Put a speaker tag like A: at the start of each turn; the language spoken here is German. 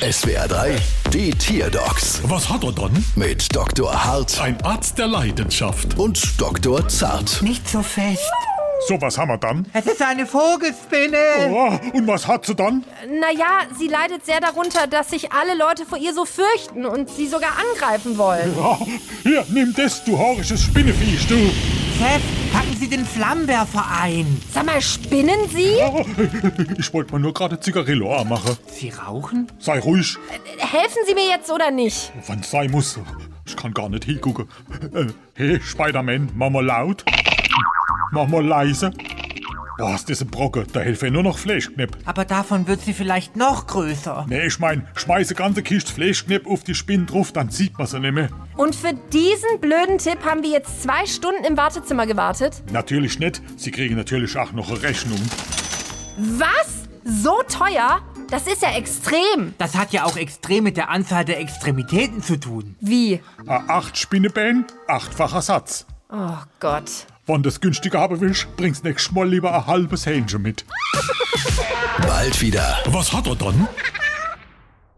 A: SWR 3, die Tierdocs
B: Was hat er dann?
A: mit Dr. Hart
B: Ein Arzt der Leidenschaft.
A: und Dr. Zart.
C: Nicht so fest.
B: So, was haben wir dann?
C: Es ist eine Vogelspinne.
B: Oh, und was hat sie dann?
D: Naja, sie leidet sehr darunter, dass sich alle Leute vor ihr so fürchten und sie sogar angreifen wollen.
B: Ah, hier, nimm das, du haarisches Spinneviech, du.
C: Chef, packen Sie den Flammenwerfer ein.
D: Sag mal, spinnen Sie?
B: Ah, ich wollte mir nur gerade Zigarillo anmachen.
C: Sie rauchen?
B: Sei ruhig,
D: Helfen Sie mir jetzt oder nicht?
B: wenn's sein muss. Ich kann gar nicht hingucken. Äh, hey, Spider-Man, mach mal laut. Mach mal leise. Boah, ist das ein Brocke. Da hilft ja nur noch Fleischknepp.
C: Aber davon wird sie vielleicht noch größer.
B: Nee, ich mein, schmeiße ganze Kiste Fleischknepp auf die Spinne drauf, dann sieht man sie nicht mehr.
D: Und für diesen blöden Tipp haben wir jetzt zwei Stunden im Wartezimmer gewartet.
B: Natürlich nicht. Sie kriegen natürlich auch noch eine Rechnung.
D: Was? So teuer? Das ist ja extrem.
C: Das hat ja auch extrem mit der Anzahl der Extremitäten zu tun.
D: Wie?
B: A acht Spinnebäen, achtfacher Satz.
D: Oh Gott.
B: Wenn das günstiger haben willst, bringst nächstes Mal lieber ein halbes Hähnchen mit.
A: Bald wieder.
B: Was hat er dann?